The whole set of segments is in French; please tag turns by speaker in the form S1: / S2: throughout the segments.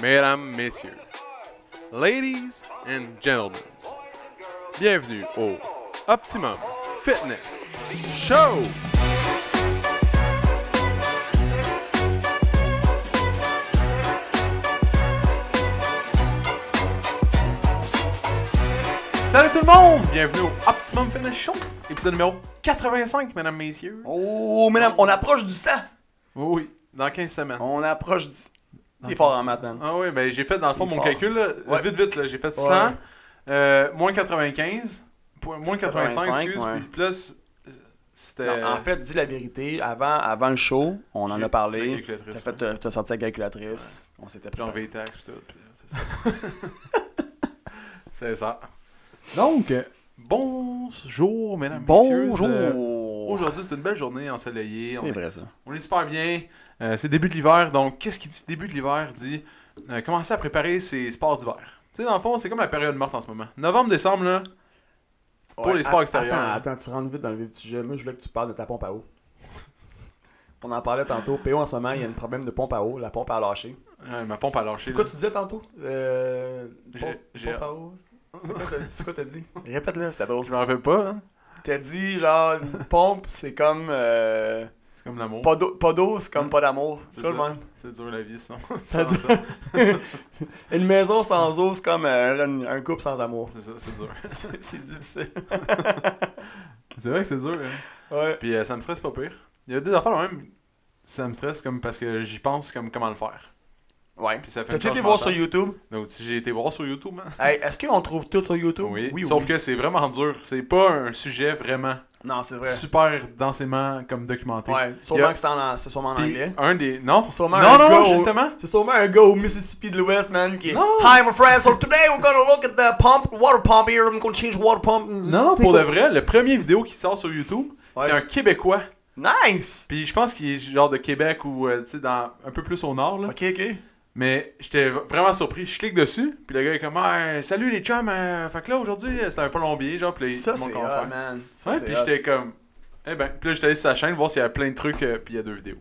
S1: mesdames, messieurs, ladies and gentlemen, bienvenue au Optimum Fitness Show! Salut tout le monde! Bienvenue au Optimum Fitness Show, épisode numéro 85, mesdames, messieurs.
S2: Oh, mesdames, on approche du 100!
S1: Oui, oui, dans 15 semaines.
S2: On approche du... Il est fort en maths, man.
S1: Ah oui, ben j'ai fait dans le fond
S2: Il est
S1: mon
S2: fort.
S1: calcul, là,
S2: Ouais.
S1: vite vite, là, j'ai fait 100,
S2: Ouais.
S1: euh, moins 95, point- moins 85,
S2: 85,
S1: excuse,
S2: ouais.
S1: puis plus, euh, c'était...
S2: Non, en fait, dis la vérité, avant, avant le show, on
S1: J'ai-
S2: en a
S1: la
S2: parlé.
S1: calculatrice,
S2: T'as fait, t'as- t'as sorti la calculatrice. On s'était
S1: J'en
S2: préparé.
S1: vais taxes, pis tout, puis c'est ça. c'est ça.
S2: Donc,
S1: Bonjour, mesdames, euh,
S2: bonjour!
S1: Aujourd'hui, c'est une belle journée ensoleillée, on
S2: C'est
S1: est,
S2: vrai, ça.
S1: on est super bien, Euh, c'est début de l'hiver, donc qu'est-ce qui dit début de l'hiver dit euh, commencer à préparer ses sports d'hiver. Tu sais, dans le fond, c'est comme la période morte en ce moment. Novembre-décembre, là, Pour les sports
S2: a-
S1: extérieurs.
S2: Attends, attends, tu rentres vite dans le vif du sujet. Moi, je voulais que tu parles de ta pompe à eau. On en parlait tantôt. PO, en ce moment, il y a un problème de pompe à eau. La pompe a lâché.
S1: euh, ma pompe a lâché.
S2: C'est
S1: là.
S2: quoi tu disais tantôt? Euh,
S1: J'ai-
S2: pompe,
S1: j'ai-
S2: pompe à eau? C'est quoi t'as- C'est quoi t'as dit? Répète-le, c'était drôle.
S1: Je m'en rappelle pas, hein.
S2: T'as dit, genre, une pompe, c'est comme... euh,
S1: C'est comme l'amour.
S2: Pas d'eau, pas d'eau, c'est comme pas d'amour.
S1: Mm. C'est
S2: C'est tout le
S1: ça.
S2: même.
S1: C'est dur la vie sinon.
S2: Ça
S1: Sans
S2: dure.
S1: ça,
S2: Une maison sans eau, c'est comme euh, un, un couple sans amour.
S1: c'est ça, c'est dur.
S2: C'est c'est difficile.
S1: C'est vrai que c'est dur. hein.
S2: Ouais.
S1: Puis euh, ça me stresse pas pire. Il y a des affaires quand même. Ça me stresse comme parce que j'y pense comme comment le faire.
S2: Ouais.
S1: Puis ça fait. une
S2: T'as-tu été
S1: charge
S2: voir sur
S1: mentale.
S2: YouTube?
S1: Donc si j'ai été voir sur YouTube, hein.
S2: Hey, est-ce qu'on trouve tout sur YouTube?
S1: Oui. Sauf que c'est vraiment dur. C'est pas un sujet vraiment
S2: Non, c'est vrai.
S1: super densément comme documenté.
S2: Ouais, sûrement
S1: Y'a-
S2: que c'est en, c'est sûrement en
S1: Puis
S2: anglais.
S1: un des non.
S2: C'est sûrement
S1: non
S2: un
S1: non
S2: gars
S1: non
S2: au-
S1: justement.
S2: C'est sûrement un gars au Mississippi de l'Ouest, man, qui est
S1: Non.
S2: Hi, my friend, so today we're gonna look at the pump, water pump here, I'm gonna change water pump.
S1: Pour de vrai, le premier vidéo qui sort sur YouTube,
S2: Ouais.
S1: c'est un Québécois.
S2: Nice!
S1: Puis je pense qu'il est genre de Québec ou euh, tu sais dans un peu plus au nord là.
S2: Ok, ok.
S1: Mais j'étais v- vraiment surpris. Je clique dessus, puis le gars est comme Hey, Salut les chums, euh, fait que là aujourd'hui euh, c'est un plombier, genre, puis là, il
S2: Ça,
S1: montre
S2: c'est
S1: comment
S2: hot,
S1: faire.
S2: man. Ça,
S1: Ouais,
S2: c'est
S1: puis
S2: hot.
S1: j'étais comme Eh ben, puis là j'étais allé sur sa chaîne voir s'il y a plein de trucs, euh, puis il y a deux vidéos.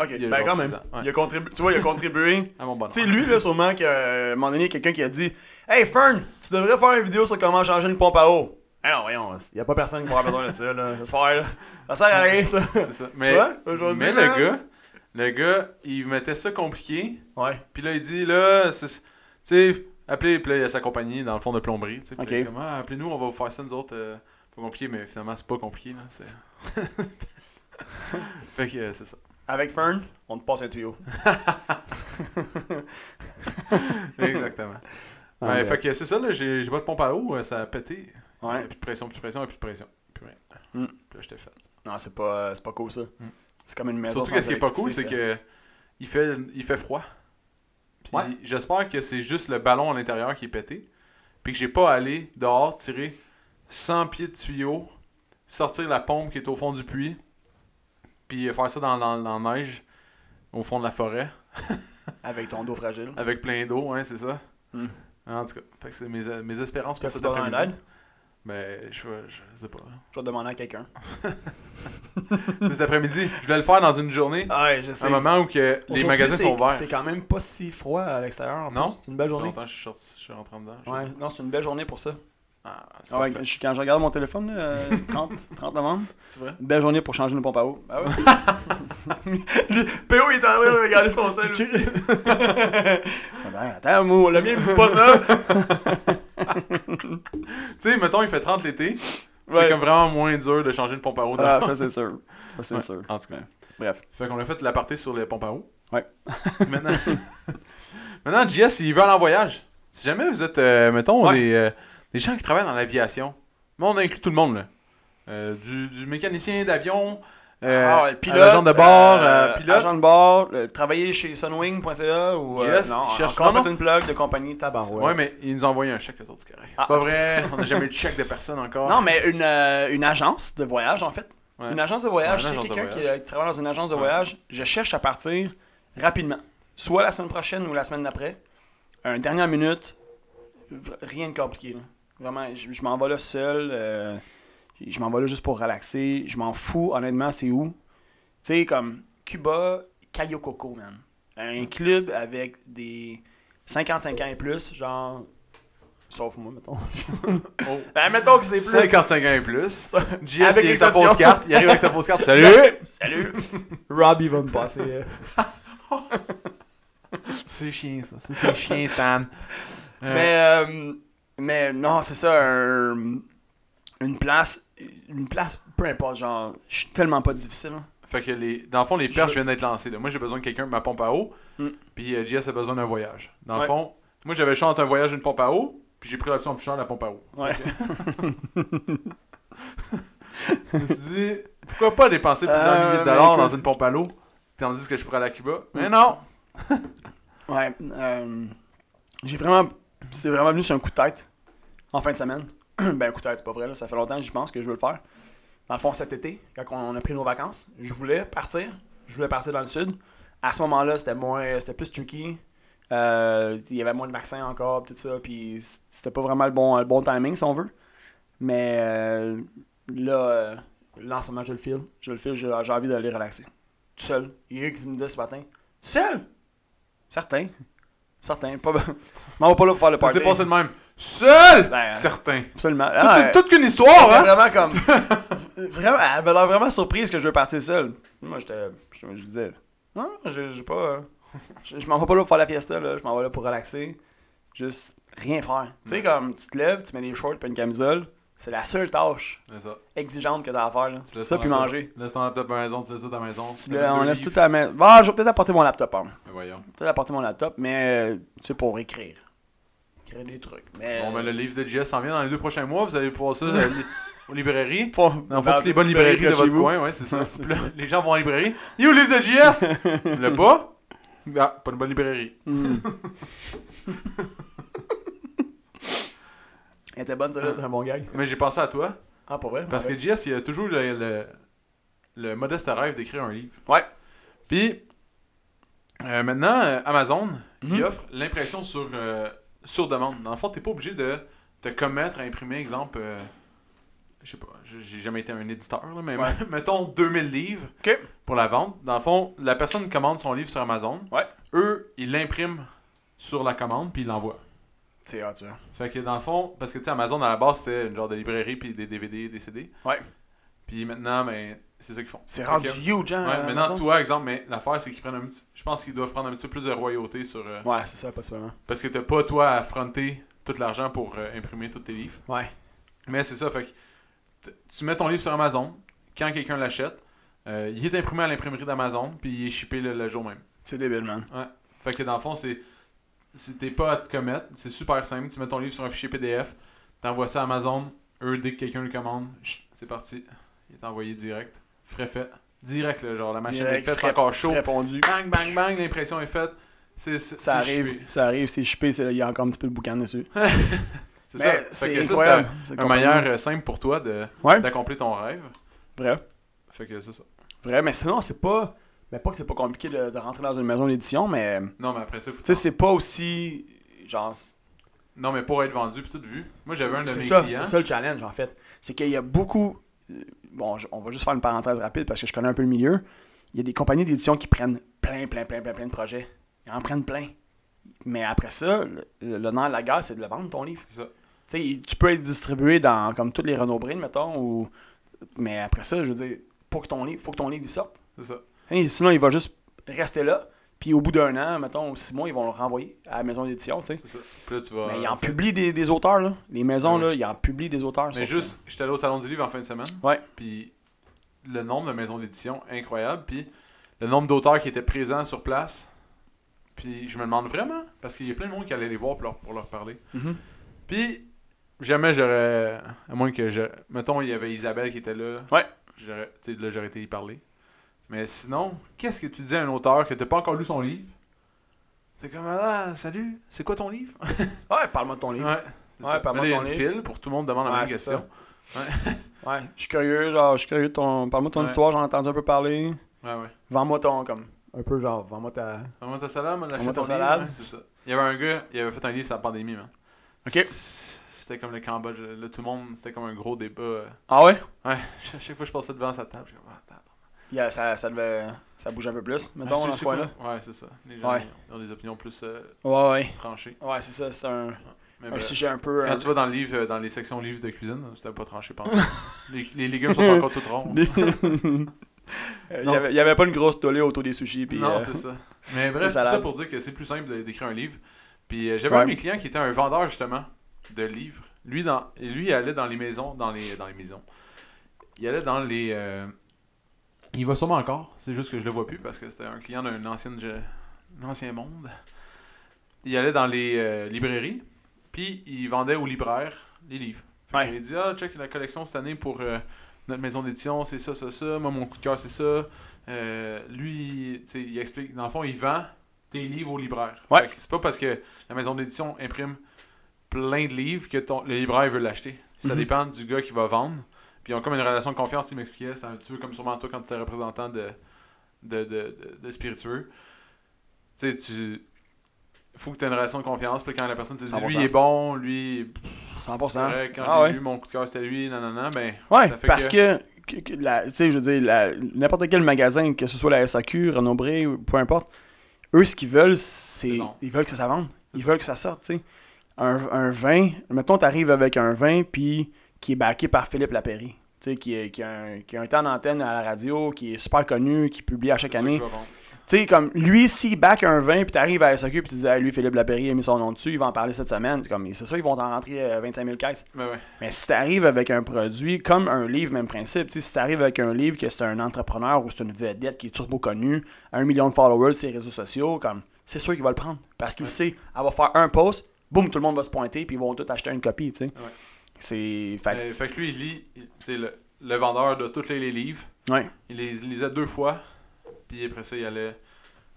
S2: Ok,
S1: il y a
S2: ben
S1: genre
S2: quand
S1: six
S2: même.
S1: ans, ouais.
S2: Il a contribué, tu vois, il a contribué.
S1: À mon bonheur.
S2: Tu sais, lui, là, sûrement qu'à un moment donné, il y a quelqu'un qui a dit Hey Fern, tu devrais faire une vidéo sur comment changer une pompe à eau. Ah non, voyons, il n'y a pas personne qui va avoir besoin de ça, là. Ça se fait, là. Ça sert à rien, ça.
S1: c'est ça. Mais,
S2: vois, aujourd'hui,
S1: mais
S2: man.
S1: le gars, le gars, il mettait ça compliqué,
S2: Ouais.
S1: puis là il dit Là, c'est- tu sais, appelez, puis là il y a sa compagnie dans le fond de plomberie, tu sais. puis
S2: Ok.
S1: il est comme, Ah, appelez-nous, on va vous faire ça nous autres. euh, pas compliqué, mais finalement c'est pas compliqué, là. c'est- fait que euh, c'est ça.
S2: Avec Fern, on te passe un tuyau.
S1: Exactement.
S2: Ah,
S1: ouais,
S2: ben.
S1: fait que c'est ça, là, j'ai j'ai pas de pompe à eau, euh, ça a pété.
S2: Ouais.
S1: Plus de pression, plus de pression, plus de pression. Plus rien.
S2: Mm.
S1: Puis là, j'étais fait.
S2: Non, c'est pas, euh, c'est pas cool, ça.
S1: Mm.
S2: C'est comme une maison.
S1: Surtout
S2: sans
S1: que ce qui est pas cool, c'est
S2: électricité,
S1: que il fait, il fait froid. Puis
S2: Ouais.
S1: j'espère que c'est juste le ballon à l'intérieur qui est pété. Puis que j'ai pas à aller dehors tirer 100 pieds de tuyau, sortir la pompe qui est au fond du puits, puis faire ça dans, dans, dans la neige, au fond de la forêt,
S2: ça. Avec ton dos fragile.
S1: avec plein d'eau, hein, c'est ça.
S2: Mm.
S1: En tout cas, fait que c'est mes, mes espérances pour
S2: T'as-tu
S1: cet
S2: besoin
S1: après-midi.
S2: d'aide
S1: Ben, je, je sais pas.
S2: Je vais demander à quelqu'un.
S1: C'est cet après-midi. Je voulais le faire dans une journée,
S2: Ouais, je sais.
S1: un moment où que les
S2: Ah, Aujourd'hui,
S1: magasins
S2: c'est-
S1: sont ouverts.
S2: C'est quand même pas si froid à l'extérieur. en
S1: Non.
S2: plus. C'est une
S1: Ça fait
S2: belle journée.
S1: longtemps que je suis, sorti- je suis rentré dedans. je
S2: Ouais,
S1: sais pas.
S2: non, c'est une belle journée pour ça.
S1: Ah, c'est
S2: Ah ouais,
S1: parfait.
S2: je- quand je regarde mon téléphone, là, euh, 30, 30 novembre,
S1: C'est vrai?
S2: une belle journée pour changer nos pompes à eau. Ah ouais. PO, il est en train de regarder son sel aussi. Ah ben, attends, moi, le mien, il me dit pas ça.
S1: Tu sais, mettons, il fait 30 l'été. C'est
S2: Ouais.
S1: comme vraiment moins dur de changer une pompe à eau. dans-
S2: Ah, ça, c'est sûr. Ça, c'est
S1: Ouais,
S2: sûr.
S1: En tout cas.
S2: Bref.
S1: Fait qu'on a fait l'aparté sur les pompes à eau.
S2: Ouais.
S1: Maintenant, Maintenant JS, il veut aller en voyage. Si jamais vous êtes, euh, mettons,
S2: Ouais.
S1: des, euh, des gens qui travaillent dans l'aviation. Moi, on inclut tout le monde, là. Euh, du, du mécanicien d'avion, euh,
S2: Ah ouais,
S1: à l'agent de bord,
S2: euh,
S1: euh, pilote.
S2: Agent de bord, euh, travailler chez sunwing.ca ou. euh,
S1: Yes,
S2: non,
S1: il cherche-
S2: encore
S1: non,
S2: fait une plug de compagnie
S1: Ouais.
S2: tabarouette.
S1: mais ils nous ont envoyé un chèque, les autres, c'est correct. C'est
S2: Ah.
S1: pas vrai, on n'a jamais eu de chèque de personne encore.
S2: Non, mais une, euh, une agence de voyage, en fait.
S1: Ouais.
S2: Une agence de voyage,
S1: Ouais, une
S2: c'est
S1: agence de
S2: quelqu'un qui,
S1: voyage.
S2: euh, qui travaille dans une agence de
S1: Ouais.
S2: voyage. Je cherche à partir rapidement. Soit la semaine prochaine ou la semaine d'après. Un dernière minute. v- Rien de compliqué. là. Vraiment, je, je m'en vais là seul. euh, je m'en vais là juste pour relaxer. Je m'en fous, honnêtement, c'est où. Tu sais, comme Cuba, Cayo Coco, man. Un club avec des, 55 ans et plus, genre. Sauf moi, mettons.
S1: Oh.
S2: ben, mettons que c'est plus.
S1: 55 ans et plus. JS,
S2: Avec
S1: il est avec sa
S2: l'exception.
S1: fausse carte. Il arrive avec sa fausse carte. Salut!
S2: Salut!
S3: Rob, il va me passer. euh,
S1: C'est chien, ça. Ça, C'est chien, Stan. Euh,
S2: Mais, euh, mais non, c'est ça, un- une place, une place, peu importe, genre, je suis tellement pas difficile. hein.
S1: Fait que les, dans le fond, les perches
S2: Je-
S1: viennent d'être lancées. là. Moi, j'ai besoin de quelqu'un pour ma pompe à eau.
S2: Mm.
S1: Puis euh, JS a besoin d'un voyage. Dans le
S2: Ouais.
S1: fond, moi, j'avais le choix entre un voyage et une pompe à eau. Puis j'ai pris l'option plus chère, la pompe à eau.
S2: Ouais.
S1: Je me suis dit, pourquoi pas dépenser plusieurs
S2: Euh,
S1: milliers de
S2: ben,
S1: dollars
S2: écoute.
S1: dans une pompe à l'eau, tandis que je pourrais aller à Cuba. Mais non!
S2: Ouais, euh, j'ai vraiment, c'est vraiment venu sur un coup de tête, en fin de semaine. ben, un coup de tête, c'est pas vrai, là, ça fait longtemps que j'y pense que je veux le faire. Dans le fond, cet été, quand on, on a pris nos vacances, je voulais partir, je voulais partir dans le sud. À ce moment-là, c'était moins, c'était plus tricky. Euh, Il y avait moins de vaccins encore, pis tout ça, puis c'était pas vraiment le bon, le bon timing, si on veut. Mais euh, là, euh, là, en ce moment, je le file. Je le file, j'ai j'ai envie d'aller relaxer. Tout seul. Il y a eu qui me disait ce matin Seul Certain. Certain. Pas... Je m'en vais pas là pour faire le
S1: Ça
S2: party.
S1: s'est passé de même. Seul!
S2: Ben,
S1: Certain.
S2: Absolument.
S1: Toute-
S2: Ah,
S1: toute, qu'une histoire,
S2: elle
S1: hein?
S2: était Vraiment comme. vraiment, elle avait l'air vraiment surprise que je veux partir seul. Moi, j'étais. Je, je disais. Non, j'ai j'ai pas. euh, Je, je m'en vais pas là pour faire la fiesta, là. Je m'en vais là pour relaxer. Juste rien faire. Tu sais, comme tu te lèves, tu mets des shorts puis une camisole. C'est la seule tâche
S1: C'est ça.
S2: exigeante que t'as à faire, là.
S1: Tu laisses
S2: Ça,
S1: ton
S2: puis
S1: laptop-
S2: manger.
S1: Laisse ton laptop à la maison, tu laisses ça à ta maison.
S2: Tu
S1: tu fais
S2: le- on
S1: deux
S2: laisse tout
S1: livres.
S2: à la main. Bon, je vais peut-être apporter mon laptop, hein.
S1: Ben, Voyons.
S2: Peut-être apporter mon laptop, mais euh, tu sais, pour écrire. Écrire des trucs. Mais.
S1: Bon, ben, le livre de JS s'en vient dans les deux prochains mois. Vous allez pouvoir ça euh, li- aux librairies.
S2: Pas-
S1: Dans, le fond, toutes les bonnes librairies de
S2: chez
S1: votre
S2: vous.
S1: coin, ouais, c'est ça. Puis là, les gens vont en librairie. You livre de JS! le bas? Ah, pas une bonne librairie.
S2: Hmm. Elle était bonne, celle-là, c'est un bon gag.
S1: Mais j'ai pensé à toi,
S2: Ah, pas vrai?
S1: parce que JS, il a toujours le, le, le modeste rêve d'écrire un livre.
S2: Ouais.
S1: Puis, euh, maintenant, euh, Amazon, il
S2: Mhm.
S1: offre l'impression sur, euh, sur demande. Dans le fond, t'es pas obligé de te commettre à imprimer, exemple, euh, je sais pas, j- j'ai jamais été un éditeur, là, mais
S2: Ouais.
S1: mettons 2000 livres
S2: Ok.
S1: pour la vente. Dans le fond, la personne commande son livre sur Amazon.
S2: Ouais.
S1: Eux, ils l'impriment sur la commande, puis ils l'envoient.
S2: C'est hot, ça.
S1: Fait que dans le fond, parce que tu sais, Amazon à la base c'était une genre de librairie puis des DVD, des CD.
S2: Ouais.
S1: Puis maintenant, ben, c'est ça qu'ils font.
S2: C'est
S1: Fait
S2: rendu
S1: que-
S2: huge, hein?
S1: Ouais,
S2: Amazon?
S1: maintenant, toi, exemple, mais l'affaire c'est qu'ils prennent un petit. Je pense qu'ils doivent prendre un petit peu plus de royauté sur. euh,
S2: Ouais, c'est ça, possiblement.
S1: Parce que t'as pas, toi, à affronter tout l'argent pour euh, imprimer tous tes livres.
S2: Ouais.
S1: Mais c'est ça, fait que t- tu mets ton livre sur Amazon, quand quelqu'un l'achète, euh, il est imprimé à l'imprimerie d'Amazon, puis il est shippé le- le jour même.
S2: C'est débile, man.
S1: Fait que dans le fond, c'est. c'est- T'es pas à te commettre. C'est super simple. Tu mets ton livre sur un fichier PDF, t'envoies ça à Amazon. Eux, dès que quelqu'un le commande, chut, c'est parti. Il est envoyé direct. Frais fait. Direct, là, genre la machine est
S2: Direct,
S1: faite, c'est
S2: frais-
S1: encore chaud.
S2: Répondu.
S1: Bang, bang, bang, l'impression est faite. C'est, c'est-
S2: Ça
S1: c'est
S2: arrive,
S1: chippé.
S2: ça arrive, c'est chippé, c'est- il y a encore un petit peu de boucan dessus.
S1: C'est
S2: Mais
S1: ça. Fait
S2: c'est
S1: que ça,
S2: incroyable.
S1: c'est
S2: cette
S1: un
S2: compagnie.
S1: manière euh, simple pour toi de,
S2: Ouais,
S1: d'accomplir ton rêve.
S2: vrai.
S1: Fait que c'est ça.
S2: Vrai, mais sinon, c'est pas. Mais pas que c'est pas compliqué de, de rentrer dans une maison d'édition, mais. Tu
S1: Non, mais après ça, faut
S2: sais, c'est pas aussi. Genre,
S1: Non, mais pour être vendu, puis tout vu. Moi, j'avais un de mes
S2: C'est ça,
S1: clients.
S2: c'est ça le challenge en fait. C'est qu'il y a beaucoup. euh, Bon, je- on va juste faire une parenthèse rapide parce que je connais un peu le milieu. Il y a des compagnies d'édition qui prennent plein, plein, plein, plein, plein de projets. Ils en prennent plein. Mais après ça, le, le nom de la guerre, c'est de le vendre ton livre.
S1: C'est ça.
S2: Tu sais, tu peux être distribué dans comme toutes les Renault Brines, mettons, ou. Mais après ça, je veux dire, pour que ton livre, faut que ton livre il sorte.
S1: C'est ça.
S2: Hein, sinon, il va juste rester là. Puis au bout d'un an, mettons, ou six mois, ils vont le renvoyer à la maison d'édition, tu sais.
S1: C'est ça. Puis là, tu vas.
S2: Mais ils en publient des, des auteurs, là. Les maisons,
S1: Ouais.
S2: là, ils en publient des auteurs.
S1: Mais
S2: Ah, sauf
S1: juste, j'étais allé au Salon du Livre en fin de semaine.
S2: Ouais.
S1: Puis le nombre de maisons d'édition, incroyable. Puis le nombre d'auteurs qui étaient présents sur place. Puis je me demande vraiment, parce qu'il y a plein de monde qui allait les voir pour leur, pour leur parler.
S2: que- Mhm.
S1: Puis jamais j'aurais. À moins que je. Mettons, il y avait Isabelle qui était là.
S2: Ouais.
S1: J'aurais, tu sais, là, j'aurais été y parler. Mais sinon, qu'est-ce que tu dis à un auteur que t'as pas encore lu son livre C'est comme, ah, salut, c'est quoi ton livre
S2: Ouais, parle-moi de ton livre.
S1: Ouais. c'est
S2: Ouais,
S1: ça.
S2: parle-moi
S1: Là, il y a
S2: de ton
S1: une
S2: livre.
S1: file pour tout le monde demande la
S2: Ouais,
S1: même
S2: c'est
S1: question.
S2: Ouais. Je suis curieux, genre, je suis curieux de ton. Parle-moi de ton
S1: Ouais.
S2: histoire, j'en ai entendu un peu parler.
S1: Ouais, ouais.
S2: Vends-moi ton, comme. Un peu, genre, vends-moi ta.
S1: Comment ta salade, on
S2: Comment
S1: l'achète
S2: ta
S1: ton
S2: salade?
S1: livre, hein, c'est ça. Il y avait un gars, il avait fait un livre sur la pandémie, man.
S2: Ok.
S1: C- C'était comme le Cambodge. Là, tout le monde, c'était comme un gros débat. euh.
S2: Ah ouais
S1: Ouais, à chaque fois que je passais devant sa table, j'étais comme, ah, tabarnak.
S2: il y a- ça, ça, devait- ça bouge un peu plus, mettons,
S1: Ah,
S2: dans
S1: c'est-
S2: ce coin-là.
S1: c'est quoi? Ouais, c'est ça. Les gens
S2: Ouais.
S1: ils ont des opinions plus euh,
S2: Ouais, ouais.
S1: tranchées.
S2: Ouais, c'est ça, c'est un,
S1: Mais
S2: un
S1: bref.
S2: sujet un peu.
S1: Ah, ben, Quand
S2: un-
S1: tu vas dans, le livre, euh, dans les sections livres de cuisine, c'était pas tranché pendant. les, les légumes sont encore tout ronds.
S2: Euh, Il
S1: Non.
S2: n'y avait, il y avait pas une grosse tollée autour des sushis. Puis,
S1: non,
S2: euh,
S1: c'est ça. Mais bref, tout ça
S2: salades.
S1: pour dire que c'est plus simple de- d'écrire un livre. Puis euh, j'avais
S2: Ouais.
S1: un de mes clients qui était un vendeur justement de livres. Lui, dans, et lui il allait dans les maisons, dans les, dans les maisons. Il allait dans les. euh, il va sûrement encore. C'est juste que je le vois plus parce que c'était un client d'un ancien, d'un ancien monde. Il allait dans les euh, librairies. Puis il vendait aux libraires les livres. Fait
S2: Ouais.
S1: que Il dit Ah, check la collection cette année pour euh, notre maison d'édition, c'est ça, ça, ça. Moi, mon coup de cœur, c'est ça. Euh, lui, tu sais, il explique, dans le fond, il vend tes livres aux libraires.
S2: Ouais.
S1: Fait que C'est pas parce que la maison d'édition imprime plein de livres que ton, le libraire veut l'acheter. Ça
S2: Mhm.
S1: dépend du gars qui va vendre. Puis ils ont comme une relation de confiance, il m'expliquait. C'est un petit peu comme sûrement toi quand tu es représentant de, de, de, de- de spiritueux. Tu sais, tu. Faut que tu aies une relation de confiance. Puis quand la personne te dit, lui,
S2: 100%.
S1: il est bon, lui, c'est
S2: 100%.
S1: vrai, quand
S2: Ah
S1: j'ai
S2: ouais.
S1: lu mon coup de cœur, c'était lui, nanana, ben.
S2: Ouais,
S1: Ça fait
S2: parce que, que- que la- tu sais, je veux dire, la- n'importe quel magasin, que ce soit la SAQ, Renaud Bré, ou peu importe, eux, ce qu'ils veulent,
S1: C'est
S2: c'est.
S1: bon.
S2: Ils veulent que ça vende. Ils veulent que ça sorte, tu sais. Un, un vin, mettons, t'arrives avec un vin, puis qui est backé par Philippe Lapéry, tu sais, qui, est- qui a un, qui a un temps d'antenne à la radio, qui est super connu, qui publie à chaque
S1: c'est sûr qu'il
S2: année.
S1: va vendre.
S2: Tu sais, comme lui, s'il back un vin, puis t'arrives à SAQ, puis tu dis, ah, lui, Philippe Lapéry a mis son nom dessus, il va en parler cette semaine. C'est Comme, c'est ça, ils vont t'en rentrer euh, 25 000 caisses.
S1: Ben ouais.
S2: Mais si t'arrives avec un produit, comme un livre, même principe, tu sais, si t'arrives avec un livre que c'est un entrepreneur ou c'est une vedette qui est turbo connue, un million de followers sur les réseaux sociaux, comme c'est sûr qu'il va le prendre. Parce qu'il sait, elle va faire un post, boum, tout le monde va se pointer, puis ils vont tous acheter une copie, tu sais.
S1: Ouais.
S2: C'est. Fait,
S1: Euh, fait que lui, il lit, il- tu sais, le, le vendeur de tous les, les livres,
S2: Ouais.
S1: il les lisait deux fois, puis après ça, il allait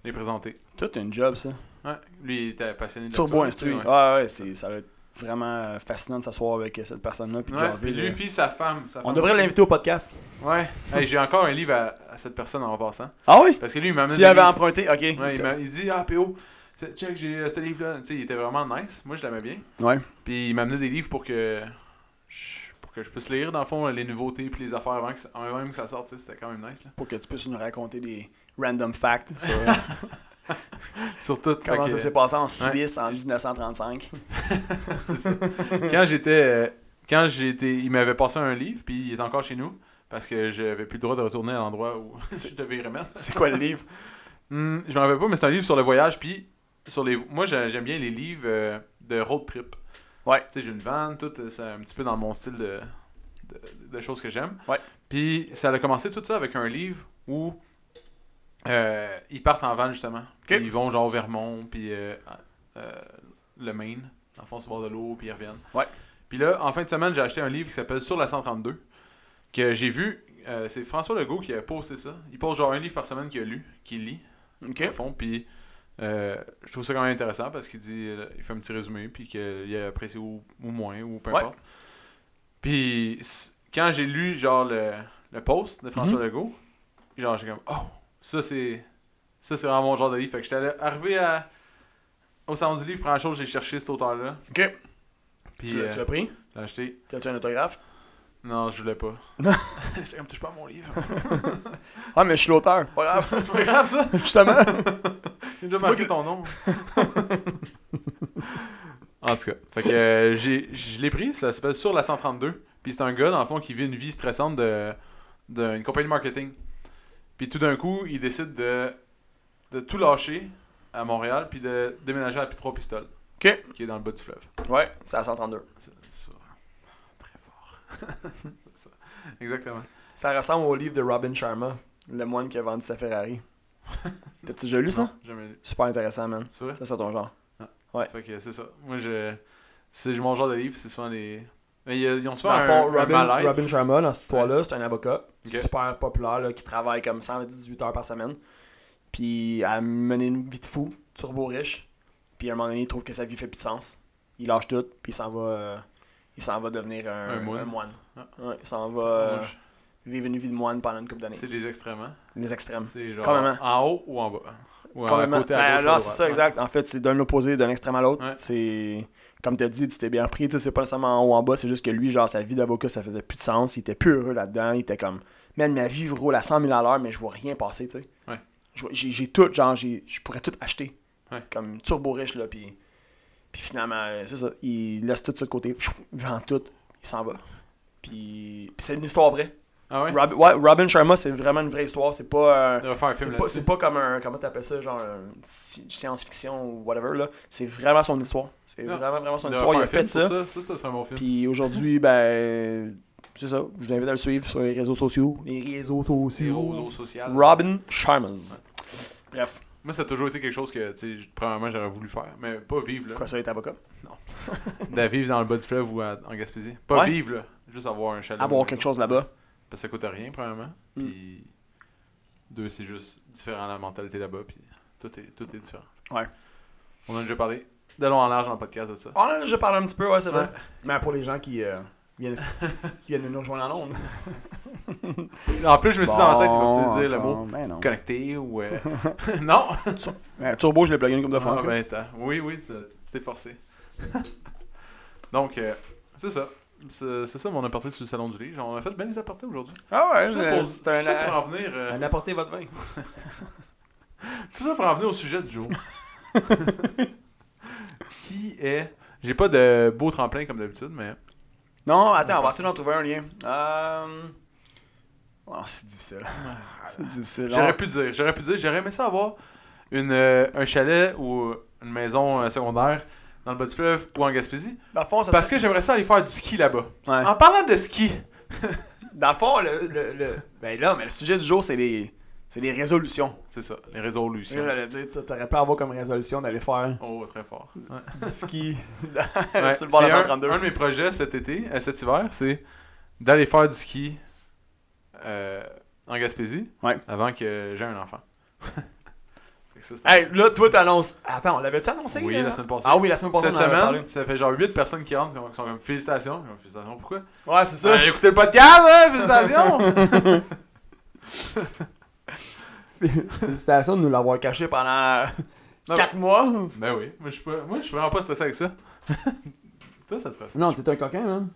S1: les présenter.
S2: Tout une job, ça.
S1: Ouais. Lui, il était passionné de
S2: Turbo
S1: lecture,
S2: instruit.
S1: tu sais, ouais.
S2: Ah ouais, c'est, ça va être vraiment fascinant de s'asseoir avec euh, cette personne-là, puis de
S1: Ouais,
S2: jaser,
S1: puis lui,
S2: là.
S1: puis sa femme. sa
S2: On
S1: femme
S2: devrait
S1: aussi.
S2: l'inviter au podcast.
S1: Ouais. Hey, J'ai encore un livre à, à cette personne en passant.
S2: Ah oui?
S1: Parce que lui, il m'amène.
S2: Tu
S1: des
S2: avais
S1: livres.
S2: emprunté, ok.
S1: Ouais, il, m'a- il dit Ah, PO, c'est- check, j'ai euh, ce livre-là. Tu sais, il était vraiment nice. Moi, je l'aimais bien.
S2: Ouais.
S1: Puis il m'amenait des livres pour que je, pour que je puisse lire, dans le fond, les nouveautés puis les affaires avant que, ça- avant même que ça sorte. tu sais, C'était quand même nice. Là.
S2: Pour que tu puisses nous raconter des random facts sur. euh,
S1: Sur tout.
S2: Comment
S1: fait
S2: ça
S1: que-
S2: s'est passé en Suisse en 1935.
S1: c'est ça. Quand j'étais. euh, Quand j'étais. Il m'avait passé un livre, puis il est encore chez nous. Parce que j'avais plus le droit de retourner à l'endroit où je devais y remettre.
S2: C'est quoi le livre?
S1: Hmm, je m'en rappelle pas, mais c'est un livre sur le voyage. Puis, sur les... moi, j'a- j'aime bien les livres euh, de road trip.
S2: Ouais.
S1: Tu sais, j'ai une van, tout, euh, c'est un petit peu dans mon style de, de, de choses que j'aime.
S2: Ouais.
S1: Puis, ça a commencé tout ça avec un livre où euh, ils partent en van, justement. Puis Ils vont genre au Vermont, puis euh, euh, le Maine, en fond, sur le bord de l'eau, puis ils reviennent.
S2: Ouais.
S1: Puis là, en fin de semaine, j'ai acheté un livre qui s'appelle Sur la 132, que j'ai vu. euh, c'est François Legault qui a posté ça. Il pose genre un livre par semaine qu'il a lu, qu'il lit
S2: Ok.
S1: au fond. Puis euh, je trouve ça quand même intéressant parce qu'il dit, euh, il fait un petit résumé, puis qu'il a apprécié ou, ou moins, ou peu
S2: Ouais.
S1: importe. Puis c- quand j'ai lu genre le, le post de
S2: Mhm.
S1: François Legault, genre j'ai comme, oh, ça c'est ça c'est vraiment mon genre de livre. Fait que j'étais allé- arrivé à, au salon du livre, première chose, j'ai cherché cet auteur-là.
S2: Ok.
S1: Puis
S2: tu l'as
S1: euh,
S2: tu l'as pris?
S1: je l'ai acheté.
S2: T'as-tu un autographe?
S1: Non, je voulais pas. j'étais comme, touche pas à mon livre.
S2: Ah, mais je suis l'auteur. Pas grave,
S1: c'est pas grave ça.
S2: justement.
S1: J'ai déjà
S2: C'est
S1: marqué
S2: moi
S1: ton nom. en tout cas, fait que, euh, j'ai- je l'ai pris, ça s'appelle Sur la 132. Puis c'est un gars, dans le fond, qui vit une vie stressante de- d'une compagnie de marketing. Puis tout d'un coup, il décide de, de tout lâcher à Montréal, puis de déménager à Trois Pistoles.
S2: OK.
S1: Qui est dans le bas du fleuve.
S2: ouais, c'est à 132.
S1: Ça- ça- Très fort. Ça- Exactement.
S2: Ça ressemble au livre de Robin Sharma, le moine qui a vendu sa Ferrari. T'as-tu déjà lu ça?
S1: Non, jamais lu.
S2: Super intéressant, man.
S1: C'est vrai?
S2: Ça, c'est ton genre. Ouais.
S1: Fait que c'est ça. Moi, je. C'est mon genre de livre, c'est souvent les. Mais ils, ils ont souvent
S2: Dans
S1: un,
S2: le fond,
S1: un
S2: Robin,
S1: malaise.
S2: Robin Sharma, dans cette histoire-là, c'est un avocat
S1: Ok.
S2: super populaire là, qui travaille comme 118 heures par semaine. Puis à mener une vie de fou, turbo riche. Puis à un moment donné, il trouve que sa vie fait plus de sens. Il lâche tout, puis il s'en va, euh, il s'en va devenir un,
S1: Un moine. Ah.
S2: Ouais, il s'en va euh,
S1: Moi, je-
S2: vivre une vie de moine pendant une couple d'années.
S1: C'est les extrêmes. hein?
S2: Les extrêmes.
S1: C'est genre
S2: Complètement.
S1: en haut ou en bas. Ou en
S2: Complètement.
S1: côté à
S2: Hum. Ben,
S1: gauche ou à
S2: là,
S1: droite.
S2: c'est ça,
S1: Ouais.
S2: exact. En fait, c'est d'un opposé, d'un extrême à l'autre.
S1: Ouais.
S2: C'est. Comme tu as dit, tu t'es bien pris. tu sais, C'est pas nécessairement en haut en bas. C'est juste que lui, genre, sa vie d'avocat, ça faisait plus de sens. Il était plus heureux là-dedans. Il était comme. man, ma vie roule à 100 000 à l'heure, mais je vois rien passer, tu sais.
S1: Ouais.
S2: Je vois- J'ai j'ai tout, genre, j'ai- je pourrais tout acheter.
S1: Ouais.
S2: Comme turbo riche, là, puis puis finalement, euh, c'est ça, il laisse tout ça de côté, pfiou, il vend tout, il s'en va. Puis, puis c'est une histoire vraie.
S1: Ah ouais?
S2: Rob- ouais, Robin Sharma, c'est vraiment une vraie histoire, c'est pas... euh,
S1: On devrait faire un film
S2: c'est pas,
S1: là-dessus.
S2: c'est pas comme un. Comment t'appelles ça, genre un sci- science-fiction ou whatever, là. C'est vraiment son histoire. C'est
S1: Non.
S2: vraiment, vraiment son
S1: On devrait
S2: histoire.
S1: Ah. faire
S2: Il
S1: un
S2: a
S1: film sur
S2: fait ça.
S1: ça. Ça, ça serait un bon film.
S2: Puis aujourd'hui, ben. C'est ça. Je vous invite à le suivre sur les réseaux sociaux. Les réseaux
S1: C'est
S2: sociaux.
S1: réseaux sociaux.
S2: Robin Sharma. Bref,
S1: Moi, ça a toujours été quelque chose que, tu sais, premièrement, j'aurais voulu faire, mais pas vivre, là.
S2: quoi ça, être avocat
S1: De vivre dans le bas du fleuve ou à- en Gaspésie. Pas
S2: Ouais.
S1: vivre, là. Juste avoir un chalet.
S2: Avoir
S1: une
S2: quelque
S1: maison.
S2: chose là-bas.
S1: Parce que ça coûte rien, premièrement.
S2: Mm.
S1: Puis, deux, c'est juste différent la mentalité là-bas. Puis, tout est, tout est différent.
S2: Ouais.
S1: On en a déjà parlé de long en large dans le podcast de ça.
S2: On en a Ah, déjà parlé un petit peu, ouais, c'est vrai.
S1: Ouais.
S2: Mais pour les gens qui, euh, viennent, qui viennent nous rejoindre en ondes.
S1: En plus, je me suis dit dans la tête, il va
S2: Bon,
S1: peut-être dire le
S2: encore,
S1: mot
S2: Ben non.
S1: connecté ou. euh, non!
S2: Ouais, Turbo, je l'ai plugué une couple de fois. en
S1: Ah,
S2: tout cas.
S1: ben, attends. Oui, oui, tu tu t'es forcé. Donc, euh, c'est ça. C'est c'est ça mon aparté sur le salon du livre. On a fait bien les apartés aujourd'hui.
S2: Ah ouais,
S1: Tout ça pour,
S2: c'est c'est un.
S1: tout ça pour en venir, euh,
S2: un apporter votre vin.
S1: tout ça pour en venir au sujet du jour. Qui est. J'ai pas de beau tremplin comme d'habitude, mais.
S2: Non, attends, on va essayer d'en trouver un lien. Euh... oh, c'est difficile. C'est difficile.
S1: Ah. J'aurais pu dire, j'aurais pu dire, j'aurais aimé ça avoir une, euh, un chalet ou une maison euh, secondaire dans le bas du fleuve ou en Gaspésie.
S2: Dans le fond, ça
S1: Parce Ah.
S2: serait-
S1: que j'aimerais ça aller faire du ski là-bas.
S2: Ouais.
S1: En parlant de ski,
S2: Dans le fond, le, le, le- Ben là, mais le sujet du jour, c'est les... c'est les résolutions.
S1: c'est ça, les résolutions.
S2: J'allais dire, tu aurais pu avoir comme résolution d'aller faire
S1: Oh, très fort. Ouais.
S2: du ski
S1: Ouais,
S2: sur le bord de
S1: c'est
S2: la
S1: un-
S2: 132.
S1: Un, de mes projets cet été, euh, cet hiver, c'est d'aller faire du ski euh, en Gaspésie
S2: Ouais.
S1: avant que j'aie un enfant. Fait que ça, c'était-
S2: Hey, là, toi, t'annonces. Attends, on l'avait-tu annoncé
S1: oui,
S2: euh?
S1: la semaine passée.
S2: Ah oui, la semaine passée,
S1: Cette
S2: on en avait parlé.
S1: semaine, ça fait genre 8 personnes qui rentrent qui sont comme félicitations. Comme, Félicitations, pourquoi
S2: Ouais, c'est
S1: Ça,
S2: ça.
S1: j'ai écouté le podcast, hein, félicitations!
S3: Félicitations de nous l'avoir caché.
S2: Caché pendant
S1: Non,
S2: 4 mois.
S1: ben oui, moi je suis pas- moi, je suis vraiment pas stressé avec ça. Toi, ça te stresse.
S3: Non, t'es un coquin, man.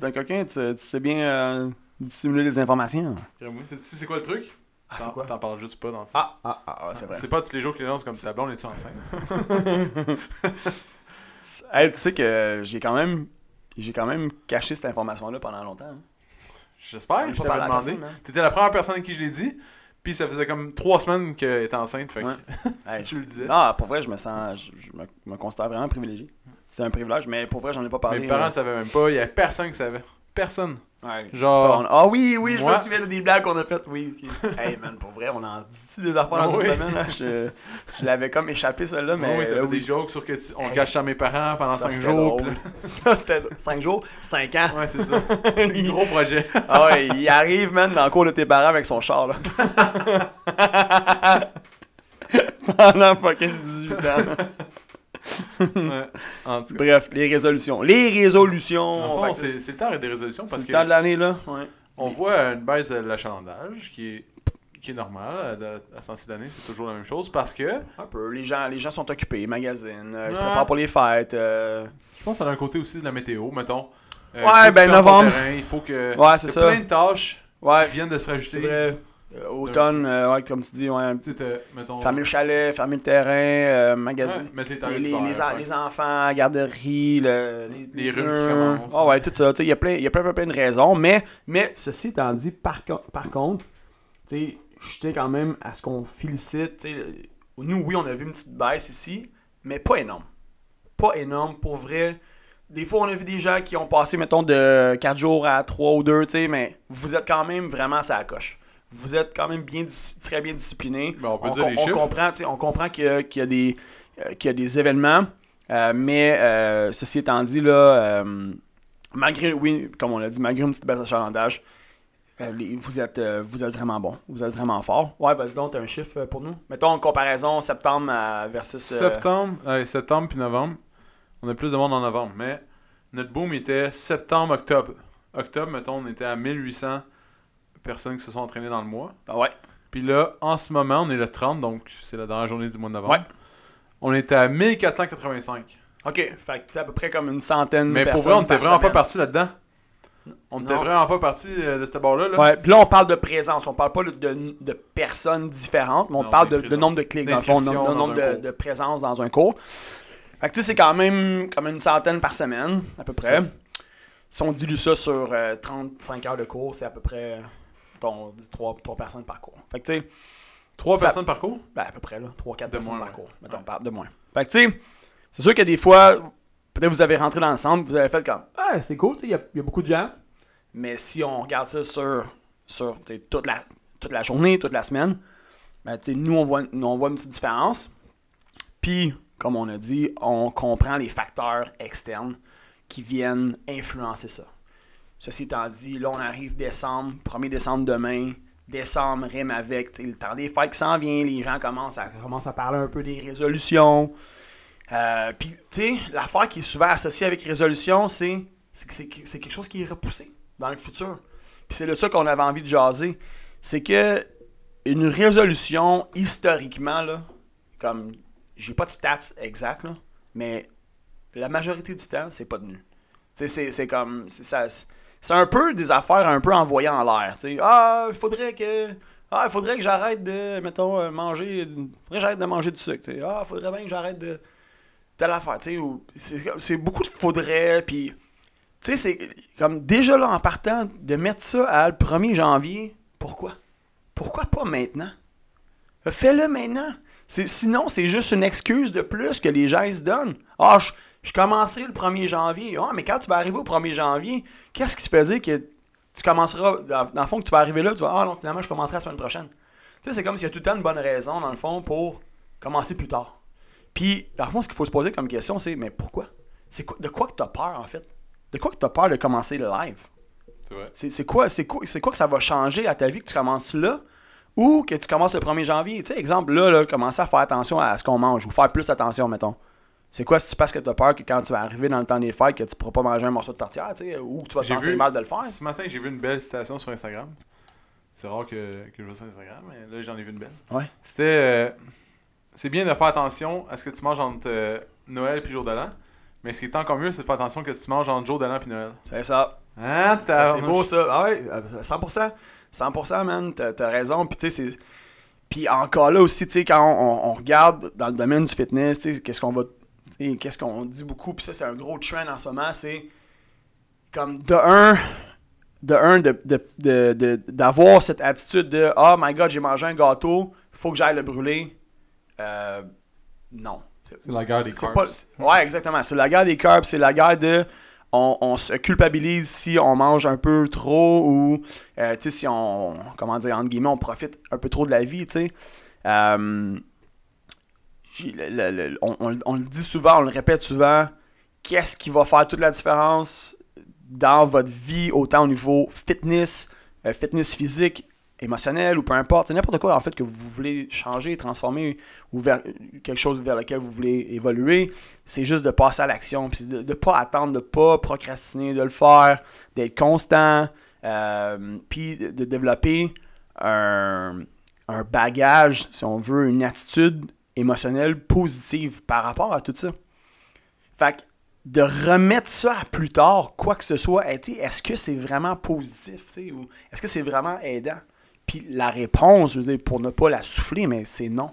S2: T'es un coquin, tu, tu sais bien euh, dissimuler les informations.
S1: Crème-moi. Sais-tu c'est quoi le truc?
S2: Ah,
S1: T'en-
S2: c'est quoi
S1: T'en parles juste pas dans le fond.
S2: Ah, ah, ah, ouais, c'est vrai.
S1: C'est pas tous les jours que les gens sont comme ça, blonde, es-tu enceinte?
S2: Hey, tu sais que j'ai quand même j'ai quand même caché cette information là pendant longtemps. hein.
S1: J'espère,
S2: J'ai
S1: je
S2: pas parlé
S1: t'avais
S2: à
S1: demandé.
S2: personne, hein.
S1: T'étais la première personne à qui je l'ai dit, puis ça faisait comme trois semaines qu'elle était enceinte, fait que
S2: Ouais.
S1: si
S2: hein. Hey,
S1: tu le disais.
S2: Non, pour vrai, je me sens je, je me, me considère vraiment privilégié. C'est un privilège, mais pour vrai, j'en ai pas parlé. euh,
S1: Mes parents savaient même pas, il y avait personne qui savait. Personne.
S2: là. Ouais.
S1: genre-
S2: Ça, on- Ah oui, oui, je
S1: Moi-
S2: me souviens des blagues qu'on a faites, oui. ok. hey man, pour vrai, on en dit-tu des affaires dans
S1: Ah Oui.
S2: cette semaine là? Je, je l'avais comme échappé celle-là, mais
S1: Mais oui, t'avais
S2: là,
S1: des
S2: oui.
S1: jokes sur que tu- on
S2: Hey.
S1: cache ça à mes parents pendant
S2: Ça,
S1: cinq
S2: c'était
S1: jours.
S2: drôle.
S1: puis
S2: Ça, c'était 5 jours, 5 ans.
S1: là- Ouais, c'est ça. Gros projet.
S2: Ah ouais, il arrive, man, dans le cours de tes parents avec son char, là. Pendant fucking 18 ans. là.
S1: Ouais. En tout cas.
S2: Bref, les résolutions. Les
S1: Dans
S2: résolutions!
S1: le fond,
S2: Fait que
S1: c'est
S2: c'est
S1: c'est le temps des résolutions
S2: c'est
S1: parce
S2: le temps
S1: que
S2: de l'année, là. Ouais.
S1: on voit une baisse de l'achalandage qui est qui est normale à, à 106 d'année, c'est toujours la même chose parce que
S2: Un peu. Les gens, les gens sont occupés, ils magasinent, euh, ils se
S1: Ouais.
S2: préparent pour les fêtes. euh,
S1: je pense que ça a un côté aussi de la météo, mettons. Euh,
S2: Ouais,
S1: faut que tu
S2: ben,
S1: fermes ton
S2: novembre.
S1: terrain, il faut que
S2: Ouais, c'est
S1: t'as
S2: ça.
S1: plein de tâches
S2: Ouais,
S1: qui viennent de se
S2: c'est
S1: rajouter.
S2: vrai. Euh, automne, euh, ouais, comme tu dis, ouais.
S1: Tu sais, t'as- mettons
S2: Fermer le chalet, fermer le terrain, euh,
S1: ouais,
S2: magasiner.
S1: mettre les
S2: Les,
S1: tarifs
S2: les-
S1: d'hiver,
S2: les en-
S1: ouais.
S2: les enfants, garderie, le- les,
S1: Les rues qui
S2: murs.
S1: commencent.
S2: Ah ouais, tout ça. Tu sais, Il y a plein, il y a plein, plein, plein de raisons, mais, mais
S3: Ceci étant dit, par, co- par contre, tu sais, je tiens quand même à ce qu'on félicite.
S2: tu sais, nous, oui, on a vu une petite baisse ici, mais pas énorme. Pas énorme, pour vrai. Des fois, on a vu des gens qui ont passé, mettons, de 4 jours à 3 ou 2, tu sais, mais vous êtes quand même vraiment ça la coche. Vous êtes quand même bien, dis- très bien discipliné.
S1: Ben, on peut dire les chiffres.
S2: comprend, tu sais, on comprend qu'il y a, qu'il y a des, euh, qu'il y a des événements, euh, mais euh, ceci étant dit, là, euh, malgré, oui, comme on l'a dit, malgré une petite baisse d'achalandage, euh, les- vous, êtes, euh, vous êtes vraiment bon. Vous êtes vraiment fort. Ouais, vas-y donc, t'as un chiffre euh, pour nous. Mettons en comparaison septembre euh, versus. euh,
S1: Septembre, ouais, septembre puis novembre. On a plus de monde en novembre, mais notre boom était septembre-octobre. Octobre, mettons, on était à 1800 personnes qui se sont entraînées dans le mois.
S2: Ah ouais.
S1: Puis là, en ce moment, on est le 30, donc c'est la dernière journée du mois de novembre. On était à 1485.
S2: Ok, fait que t'es à peu près comme une centaine
S1: Mais
S2: de
S1: pour
S2: personnes.
S1: vrai, on était
S2: par
S1: vraiment pas
S2: semaine.
S1: parti là-dedans. On n'était
S2: Non.
S1: vraiment pas parti euh, de ce bord-là. Là.
S2: Ouais, puis là, on parle de présence. On parle pas de, de- de personnes différentes, mais on
S1: Non,
S2: parle
S1: des
S2: de, de
S1: présences.
S2: nombre de clics, dans le fond, de
S1: D'inscriptions
S2: nombre, de,
S1: dans
S2: nombre
S1: un
S2: de-
S1: cours.
S2: de présences dans un cours. Fait que tu sais, c'est quand même comme une centaine par semaine, à peu près. Si on dilue ça sur euh, 35 heures de cours, c'est à peu près 3, personnes par cours. Fait que tu sais,
S1: Trois
S2: Ça-
S1: personnes par cours.
S2: ben, à peu près, là, 3-4
S1: De
S2: personnes
S1: moins,
S2: par
S1: ouais.
S2: cours.
S1: Ouais.
S2: Mettons, par- de moins. Fait que tu sais, c'est sûr que des fois, peut-être vous avez rentré dans le centre, vous avez fait comme Ah,
S3: Ouais, c'est cool, tu sais, il y, a- il y a beaucoup de gens.
S2: Mais si on regarde ça sur, sur tu sais, toute, la, toute la journée, toute la semaine, ben, tu sais, nous, on voit, nous, on voit une petite différence. Puis, comme on a dit, on comprend les facteurs externes qui viennent influencer ça. Ceci étant dit, là, on arrive décembre, 1er décembre demain. Décembre rime avec tu sais, le temps des fêtes qui s'en vient. Les gens commencent à, commencent à parler un peu des résolutions. Euh, Puis, tu sais, l'affaire qui est souvent associée avec résolution, c'est c'est que c'est c'est quelque chose qui est repoussé dans le futur. Puis c'est de ça qu'on avait envie de jaser. C'est que une résolution, historiquement, là, comme j'ai pas de stats exactes, là, mais la majorité du temps, c'est pas tenu. Tu sais, c'est- c'est comme. C'est ça- c'est un peu des affaires un peu envoyées en l'air. Tu sais, ah, il faudrait que. Ah, il faudrait que j'arrête de, mettons, euh, manger. du- faudrait que j'arrête de manger du sucre. tu sais. Ah, il faudrait bien que j'arrête de. Telle affaire, tu sais. ou- c'est- C'est beaucoup de faudrait, puis. Tu sais, c'est comme déjà là en partant, de mettre ça à le 1er janvier, pourquoi? Pourquoi pas maintenant? Fais-le maintenant. C'est- Sinon, c'est juste une excuse de plus que les gens ils se donnent. Ah, je, je commencerai le 1er janvier. Ah, mais quand tu vas arriver au 1er janvier, qu'est-ce qui te fait dire que tu commenceras, dans, dans le fond, que tu vas arriver là, tu vas, ah non, finalement, je commencerai la semaine prochaine. Tu sais, c'est comme s'il y a tout le temps une bonne raison, dans le fond, pour commencer plus tard. Puis, dans le fond, ce qu'il faut se poser comme question, c'est, mais pourquoi? C'est quoi, de quoi que tu as peur, en fait? De quoi que tu as peur de commencer le live?
S1: C'est vrai.
S2: C'est c'est quoi, c'est quoi, c'est quoi que ça va changer à ta vie que tu commences là ou que tu commences le 1er janvier? Tu sais, exemple, là, là, commencer à faire attention à ce qu'on mange ou faire plus attention, mettons. C'est quoi si tu passes que tu as peur que quand tu vas arriver dans le temps des fêtes que tu pourras pas manger un morceau de tortillère, tu sais, ou que tu vas te
S1: J'ai
S2: sentir
S1: vu-
S2: mal de le faire?
S1: Ce matin, j'ai vu une belle citation sur Instagram. C'est rare que, que je vois sur Instagram, mais là, j'en ai vu une belle.
S2: Ouais.
S1: C'était. euh, c'est bien de faire attention à ce que tu manges entre euh, Noël et jour de l'an, mais ce qui est encore mieux, c'est de faire attention à ce que tu manges entre jour de l'an et Noël.
S2: C'est ça.
S1: Ah,
S2: Ça, c'est beau ça. Ah ouais, euh, 100%. 100%, man. T'as t'as raison. Puis, tu sais, c'est. Puis encore là aussi, tu sais, quand on, on- on regarde dans le domaine du fitness, tu sais, qu'est-ce qu'on va. tu sais, qu'est-ce qu'on dit beaucoup. Puis ça, c'est un gros trend en ce moment. C'est comme de un. De un, de- de- de- de- d'avoir cette attitude de Oh my god, j'ai mangé un gâteau, faut que j'aille le brûler. Euh, non.
S1: C'est la guerre des
S2: C'est
S1: carbs.
S2: pas- ouais, exactement. C'est la guerre des carbs, c'est la guerre de. On, on se culpabilise si on mange un peu trop ou euh, tu sais, si on. Comment dire, entre guillemets, on profite un peu trop de la vie, tu sais. Euh, j'ai- le- le- le- on, on- on le dit souvent, on le répète souvent. Qu'est-ce qui va faire toute la différence dans votre vie, autant au niveau fitness, euh, fitness physique, émotionnel ou peu importe, c'est n'importe quoi en fait que vous voulez changer, transformer ou vers quelque chose vers lequel vous voulez évoluer, c'est juste de passer à l'action, puis de ne pas attendre, de pas procrastiner, de le faire, d'être constant, euh, puis de, de développer un, un bagage, si on veut, une attitude émotionnelle positive par rapport à tout ça. Fait que de remettre ça à plus tard, quoi que ce soit, hey, tu sais, est-ce que c'est vraiment positif? tu sais, ou Est-ce que c'est vraiment aidant? Puis la réponse, je veux dire, pour ne pas la souffler, mais c'est non.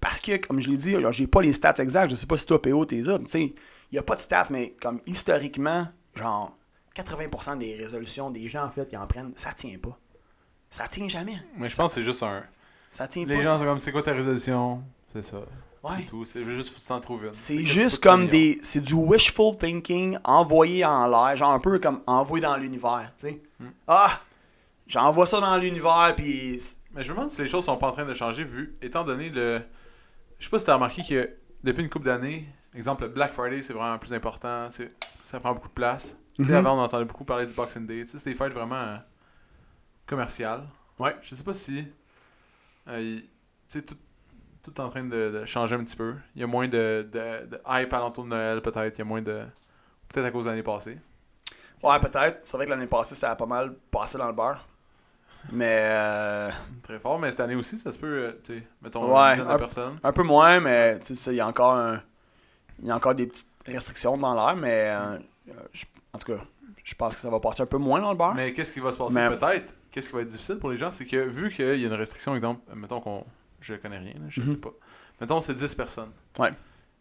S2: Parce que, comme je l'ai dit, alors, j'ai pas les stats exacts, je sais pas si toi, PO, t'es là, mais tu sais, il n'y a pas de stats, mais comme historiquement, genre, 80% des résolutions des gens, en fait, qui en prennent, ça tient pas. Ça tient jamais.
S1: Mais je pense que c'est juste un.
S2: Ça tient pas.
S1: Les gens sont comme, c'est quoi ta résolution C'est ça.
S2: Ouais.
S1: C'est tout. C'est juste, faut que tu t'en trouves une.
S2: C'est
S1: Fait que
S2: juste
S1: faut que tu
S2: comme
S1: t'améliores.
S2: des. C'est du wishful thinking envoyé en l'air, genre un peu comme envoyé dans l'univers, tu sais. Ah! J'envoie ça dans l'univers, puis.
S1: Mais je me demande si les choses sont pas en train de changer, vu, étant donné le. Je sais pas si t'as remarqué que depuis une couple d'années, exemple, le Black Friday, c'est vraiment plus important, c'est- ça prend beaucoup de place. Tu sais,
S3: Mhm.
S1: avant, on entendait beaucoup parler du Boxing Day. Tu sais, c'est des fêtes vraiment euh, commerciales.
S2: Ouais.
S1: Je sais pas si. euh, y- tu sais, tout, tout est en train de, de changer un petit peu. Il y a moins de, de, de hype alentour de Noël, peut-être. Il y a moins de. Peut-être à cause de l'année passée.
S2: Ouais, peut-être. C'est vrai que l'année passée, ça a pas mal passé dans le beurre. Mais. euh,
S1: Très fort, mais cette année aussi, ça se peut. euh, tu sais, mettons,
S2: Ouais,
S1: une dizaine
S2: un-
S1: de personnes.
S2: un peu moins, mais tu sais, ça, il y a encore un. Il y a encore des petites restrictions dans l'air, mais. euh, euh, je- en tout cas, je Je pense que ça va passer un peu moins dans le bar.
S1: Mais qu'est-ce qui va se passer
S2: Mais-
S1: peut-être Qu'est-ce qui va être difficile pour les gens C'est que vu qu'il y a une restriction, exemple, mettons qu'on. Je connais rien, là, je
S2: Mhm.
S1: sais pas. Mettons, c'est 10 personnes.
S2: Ouais.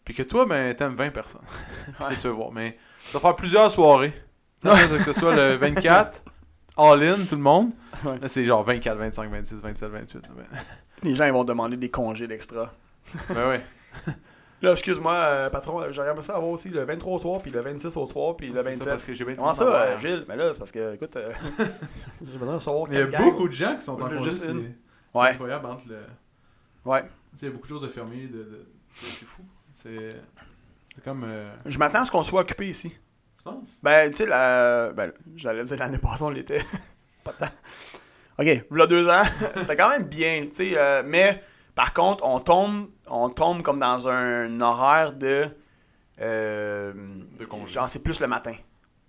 S1: Puis que toi, ben, t'aimes 20 personnes. Puis tu veux voir. Mais tu vas faire plusieurs soirées. Tu sais, Que ce soit le 24, all-in, tout le monde.
S2: Ouais.
S1: Là, c'est genre 24, 25, 26, 27, 28. là, Ben,
S2: Les gens ils vont demander des congés d'extra.
S1: ben ouais.
S2: Là, excuse-moi, euh, patron, euh, j'aurais aimé ça avoir aussi le 23 au soir, puis le 26 au soir, puis le
S1: C'est ça,
S2: 27.
S1: parce que j'ai bien
S2: Comment
S1: tout
S2: ça,
S1: le monde à
S2: euh,
S1: voir.
S2: Gilles? Mais là, c'est parce que, écoute, euh, je voudrais savoir
S1: Il y a
S2: quel gang-
S1: beaucoup de gens qui sont en congé.
S2: Juste
S1: C'est
S2: une.
S1: c'est
S2: Ouais.
S1: incroyable entre le.
S2: Ouais.
S1: Tu sais, il y a beaucoup de choses de fermier. De, de- C'est c'est fou. C'est c'est comme. euh,
S2: Je m'attends à ce qu'on soit occupé ici.
S1: Tu penses
S2: Ben, tu sais, la... ben, j'allais dire l'année passée, on l'était. Pas de temps. OK, voilà deux ans, c'était quand même bien, tu sais. euh, mais, par contre, on tombe, on tombe comme dans un horaire de... euh,
S1: De congé.
S2: Genre, c'est plus le matin.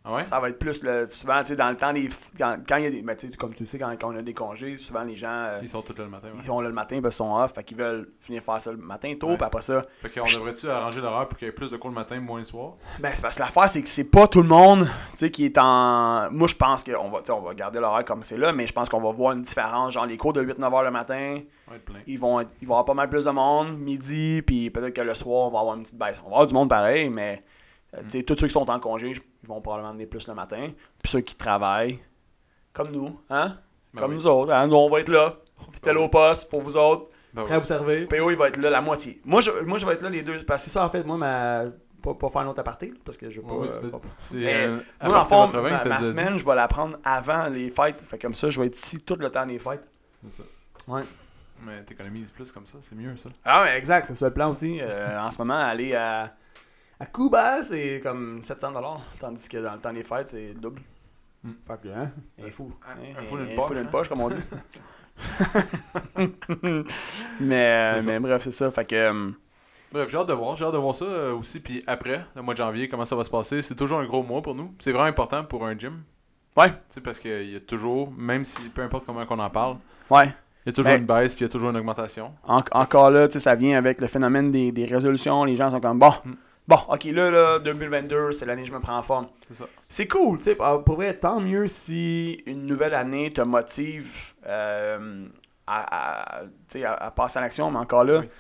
S1: Ah ouais
S2: Ça va être plus, le, souvent, tu sais, dans le temps des... f- Quand, quand il y a des... ben, tu sais, comme tu sais, quand, quand on a des congés, souvent, les gens... euh,
S1: Ils sont tous là le matin. ouais.
S2: ils sont là le matin, ben, ils sont off, fait qu'ils veulent finir faire ça le matin tôt,
S1: Ouais.
S2: puis après ça,
S1: Fait qu'on devrait-tu arranger l'horaire pour qu'il y ait plus de cours le matin, moins le soir
S2: Ben, c'est parce que l'affaire, c'est que c'est pas tout le monde tu sais, qui est en. Moi, je pense qu'on va, tu sais, on va garder l'horaire comme c'est là, mais je pense qu'on va voir une différence. Genre, les cours de 8-9 heures le matin,
S1: On va être plein.
S2: ils vont, être- ils vont avoir pas mal plus de monde, midi, puis peut-être que le soir, on va avoir une petite baisse. On va avoir du monde pareil, mais euh, tu sais, tous ceux qui sont en congé, je- ils vont probablement venir plus le matin. Puis ceux qui travaillent, comme nous, hein?
S1: Ben oui.
S2: comme
S1: Ben
S2: nous autres, hein? Nous, on va être là. Tel
S1: oui.
S2: au poste pour vous autres.
S1: Ben
S3: Prêt à vous servir.
S2: PO, il va être là la moitié. Moi, je, moi, je vais être là les deux. Parce que
S3: C'est ça, en fait, moi, ma. Pas, pas faire un autre aparté, là, parce que je veux
S1: Ouais,
S3: pas.
S1: ouais,
S3: euh,
S1: tu fais-
S3: pas-
S1: C'est.
S2: Mais
S1: euh, à
S2: moi, en
S1: partir de
S2: fond,
S1: 80,
S2: ma,
S1: t'as
S2: ma
S1: déjà dit.
S2: semaine, je vais la prendre avant les fêtes. Fait comme ça, je vais être ici tout le temps des fêtes.
S1: C'est ça.
S3: Ouais.
S1: Mais t'économises plus comme ça, c'est mieux ça.
S2: Ah, ouais, exact.
S3: Exact, c'est ça le plan aussi. euh,
S2: Euh, en ce moment, aller à, à Cuba, c'est comme 700 Tandis que dans le temps des fêtes, c'est le double.
S3: Fait que, hein,
S2: Un fou.
S1: Ah, un fou d'une
S2: Eh, une
S1: poche, hein.
S2: comme on dit. mais, euh,
S1: C'est ça.
S2: mais bref, c'est ça. Fait que. euh,
S1: Bref, j'ai hâte de voir, j'ai hâte de voir ça euh, aussi. Puis après, le mois de janvier, comment ça va se passer. C'est toujours un gros mois pour nous. C'est vraiment important pour un gym.
S2: Ouais.
S1: Tu sais, parce qu'il y a toujours, même si, peu importe comment qu'on en parle,
S2: Ouais.
S1: il y a toujours
S2: Ben-
S1: une baisse, puis il y a toujours une augmentation.
S2: En- encore là, tu sais, ça vient avec le phénomène des, des résolutions. Les gens sont comme bon,
S1: Mm.
S2: bon, ok, là, là, 2022, c'est l'année que je me prends en forme.
S1: C'est ça.
S2: C'est cool, tu sais, Ah, pour pour vrai, tant mieux si une nouvelle année te motive euh, à, à- tu sais, à- à passer à l'action, mais encore là,
S1: Oui.
S2: tu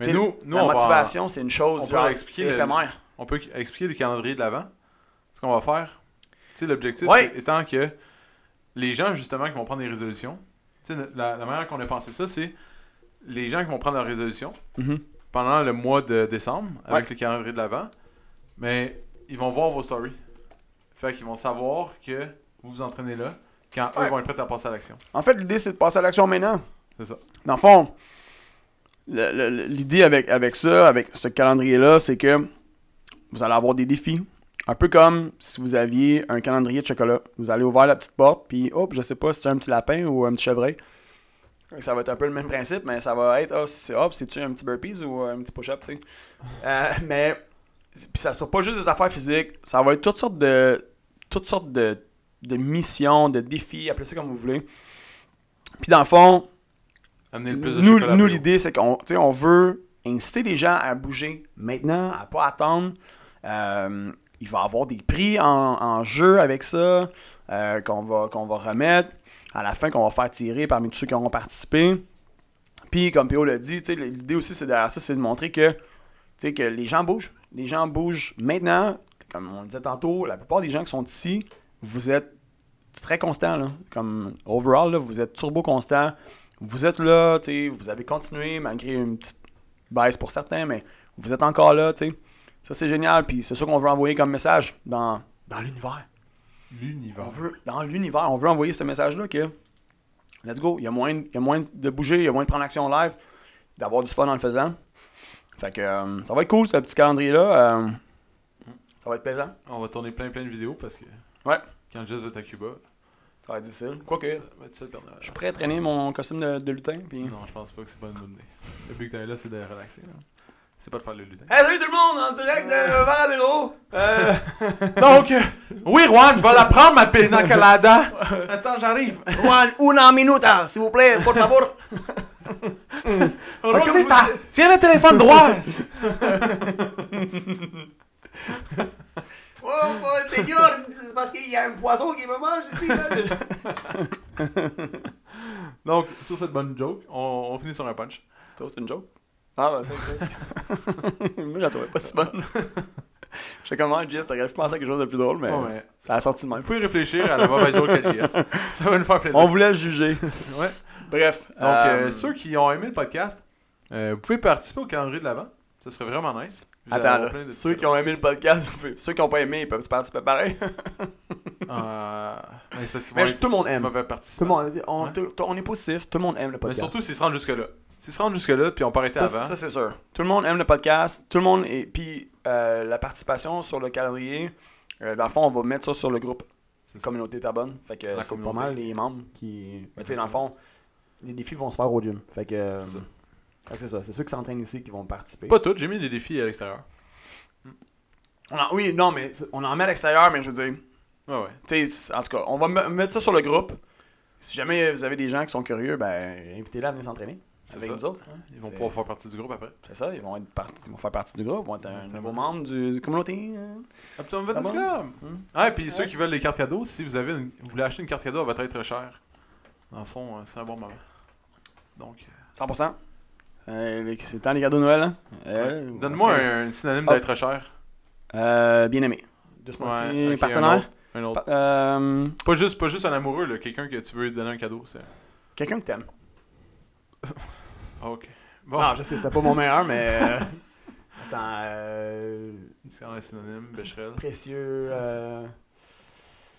S1: Mais
S2: sais,
S1: nous, nous
S2: la
S1: on, va,
S2: motivation, c'est une chose,
S1: on peut
S2: genre,
S1: l'expliquer,
S2: c'est
S1: le-
S2: éphémère.
S1: on peut expliquer le calendrier de l'avant. Ce qu'on va faire. Tu sais, l'objectif
S2: Ouais.
S1: c'est- étant que les gens, justement, qui vont prendre des résolutions, tu sais, la, la manière qu'on a pensé ça, c'est les gens qui vont prendre leur résolution pendant le mois de décembre avec le calendrier de l'avant, mais ils vont voir vos stories. Fait qu'ils vont savoir que vous vous entraînez là quand
S2: Ouais.
S1: eux vont être prêts à passer à l'action.
S2: En fait, l'idée, c'est de passer à l'action maintenant.
S1: C'est ça.
S2: Dans le fond, le- le- le- l'idée avec, avec ça, avec ce calendrier-là, c'est que vous allez avoir des défis. Un peu comme si vous aviez un calendrier de chocolat. Vous allez ouvrir la petite porte, puis hop, je sais pas si c'est un petit lapin ou un petit chevreuil. Ça va être un peu le même principe, mais ça va être, ah, c'est- hop, c'est-tu un petit burpees ou un petit push-up, tu sais. Euh, mais, puis ça sera pas juste des affaires physiques. Ça va être toutes sortes de, toutes sortes de, de missions, de défis, appelez ça comme vous voulez. Puis dans le fond,
S1: Amener le plus de
S2: nous,
S1: chocolat.
S2: nous,
S1: bio.
S2: l'idée, c'est qu'on tu sais, on veut inciter les gens à bouger maintenant, à pas attendre. Euh, il va y avoir des prix en, en jeu avec ça euh, qu'on va, qu'on va remettre. À la fin, qu'on va faire tirer parmi tous ceux qui auront participé. Puis, comme PO l'a dit, tu sais, l'idée aussi, c'est derrière ça, c'est de montrer que, tu sais, que les gens bougent. Les gens bougent maintenant. Comme on le disait tantôt, la plupart des gens qui sont ici, vous êtes très constant. Là. Comme overall, là, vous êtes turbo constant. Vous êtes là, tu sais, vous avez continué malgré une petite baisse pour certains, mais vous êtes encore là. tu sais. Ça, c'est génial. Puis c'est ça qu'on veut envoyer comme message dans, dans l'univers.
S1: L'univers.
S2: On veut, dans l'univers, on veut envoyer ce message-là que let's go, il y a moins, il y a moins de bouger, il y a moins de prendre l'action live, d'avoir du fun en le faisant. Fait que euh, ça va être cool ce petit calendrier-là. euh, ça va être plaisant.
S1: On va tourner plein plein de vidéos parce que
S2: Ouais.
S1: quand le jazz va être à Cuba,
S2: Ça va être difficile.
S1: tu sais,
S2: Quoique,
S1: ben, tu sais, le Père Noël.
S2: je suis prêt à traîner mon costume de, de lutin. Puis...
S1: Non, je pense pas que c'est pas une bonne idée. Le but que t'es là, c'est de relaxer. là. C'est pas de faire le lutin.
S2: Hey, salut tout le monde, en direct de Varadero! Euh,
S1: Donc, oui, Juan, je vais la prendre, ma pinacolada. Attends, j'arrive.
S2: Juan, una minuta, s'il vous plaît, por favor. Rosita,
S1: tiens le téléphone droit.
S2: Oh, oh, señor,
S4: c'est parce qu'il y a un poisson qui me mange ici. Là.
S1: Donc, sur cette bonne joke, on, on finit sur un punch.
S2: C'était c'est une joke? Ah, ben, c'est Moi, je la trouvais pas si bonne. J'étais comme, ah, Jess, t'aurais pu penser à quelque chose de plus drôle, mais
S1: Bon, mais
S2: ça a sorti de même.
S1: vous pouvez réfléchir à la mauvaise joke à JS. Ça va nous faire plaisir.
S2: On voulait le juger.
S1: Ouais.
S2: Bref.
S1: Donc, euh, ceux qui ont aimé le podcast, euh, vous pouvez participer au calendrier de l'avant. Ce serait vraiment nice. Vous allez
S2: Attends,
S1: avoir
S2: là.
S1: plein de-
S2: ceux qui ont aimé le podcast, vous pouvez- ceux qui n'ont pas aimé, ils peuvent participer pareil.
S1: Euh, mais c'est parce qu'ils
S3: Mais
S1: vont
S3: je-
S1: être
S3: tout le monde aime.
S1: mauvais
S3: Tout le
S1: participants.
S3: monde, on,
S1: Ouais.
S3: tout- tout- on est positif, tout le monde aime le
S1: Mais
S3: podcast.
S1: surtout s'ils se rendent jusque-là. S'ils se rendent jusque-là, puis on hein. peut arrêter
S2: Ça,
S1: avant.
S2: c'est- ça, c'est sûr. Tout le monde aime le podcast. Tout le monde. Et puis, euh, la participation sur le calendrier, euh, dans le fond, on va mettre ça sur le groupe
S1: C'est ça.
S2: Communauté Tabonne. Fait que
S1: La
S2: c'est
S3: pas
S1: communauté.
S3: mal les membres qui.
S2: Mais tu sais, dans le fond,
S3: Les défis vont se faire au gym. Fait que. euh,
S1: C'est ça.
S3: fait que c'est ça. C'est ceux qui s'entraînent ici qui vont participer.
S1: Pas toutes, j'ai mis des défis à l'extérieur.
S2: on en- oui, non, mais c'est- on en met à l'extérieur, mais je veux dire,
S1: Ouais, ouais.
S2: tu sais, en tout cas, on va me- mettre ça sur le groupe. Si jamais vous avez des gens qui sont curieux, ben, invitez-les à venir s'entraîner
S1: C'est
S2: avec
S1: ça.
S2: nous autres. hein.
S1: Ils vont
S2: C'est-
S1: pouvoir faire partie du groupe après.
S2: C'est ça, ils vont, être parti- ils vont faire partie du groupe, ils vont être un
S1: Exactement.
S2: nouveau membre du, du communauté. hein.
S1: Optimum
S2: Fitness
S1: Fitness Club! Ah, et puis ceux qui veulent les cartes cadeaux, si vous, avez une- vous voulez acheter une carte cadeau, elle va être très chère. Dans le fond, euh, c'est un bon moment. Donc, euh,
S2: 100%. Euh, les- c'est le temps des cadeaux de Noël. hein. Euh, on
S1: donne-moi
S2: fait-
S1: un, un synonyme
S2: Ah.
S1: d'être cher.
S2: Euh, bien aimé. De ce
S1: Ouais,
S2: moitié,
S1: ok, Un
S2: partenaire.
S1: autre. un autre.
S2: Pa- euh,
S1: Pas, juste, pas juste un amoureux, là, quelqu'un que tu veux donner un cadeau. C'est...
S2: Quelqu'un que t'aimes.
S1: Ah, ok. Bon,
S3: Non, je sais, c'était pas mon meilleur, mais. euh, Attends, euh,
S1: c'est un synonyme, Becherel.
S3: précieux. euh,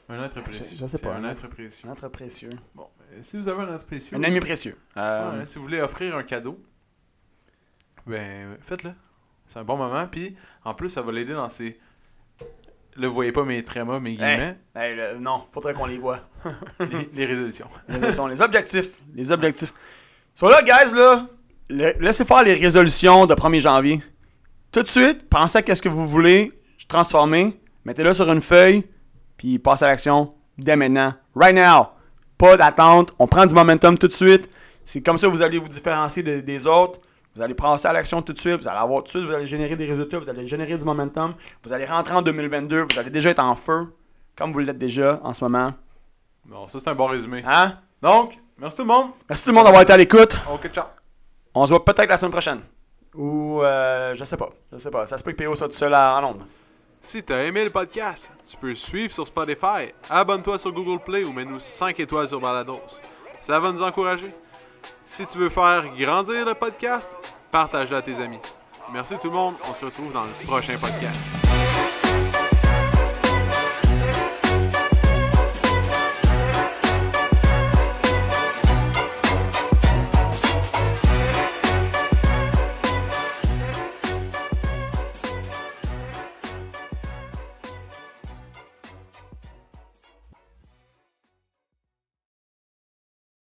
S1: Un être
S3: je-
S1: précieux.
S3: je sais
S1: C'est
S3: pas,
S1: Un
S3: un
S1: être précieux.
S2: Un être précieux.
S1: Bon, euh, si vous avez un être précieux,
S2: Un ami précieux. Euh,
S1: ouais, si vous voulez offrir un cadeau, ben faites-le. C'est un bon moment. Puis en plus, ça va l'aider dans ses. Le voyez pas mes trémas, mes guillemets.
S2: hey, le- non, faudrait qu'on les voit.
S1: les, les résolutions.
S2: Ce sont les objectifs. Les objectifs. So là, guys, là, le- laissez faire les résolutions de 1er janvier. Tout de suite, pensez à qu'est-ce que vous voulez transformer. Mettez-le sur une feuille, puis passez à l'action dès maintenant. Right now. Pas d'attente. On prend du momentum tout de suite. C'est comme ça que vous allez vous différencier de- des autres. Vous allez passer à l'action tout de suite. Vous allez avoir tout de suite. Vous allez générer des résultats. Vous allez générer du momentum. Vous allez rentrer en 2022. Vous allez déjà être en feu, comme vous l'êtes déjà en ce moment.
S1: Bon, ça c'est un bon résumé.
S2: Hein?
S1: Donc, merci tout le monde.
S2: Merci tout le monde d'avoir été à l'écoute.
S1: Ok, ciao.
S2: On se voit peut-être la semaine prochaine. Ou euh, je sais pas. Je sais pas. Ça se peut que PO soit tout seul à- en Londres.
S1: Si t'as aimé le podcast, tu peux le suivre sur Spotify, abonne-toi sur Google Play ou mets-nous 5 étoiles sur Balados. Ça va nous encourager. Si tu veux faire grandir le podcast, partage-le à tes amis. Merci tout le monde, on se retrouve dans le prochain podcast.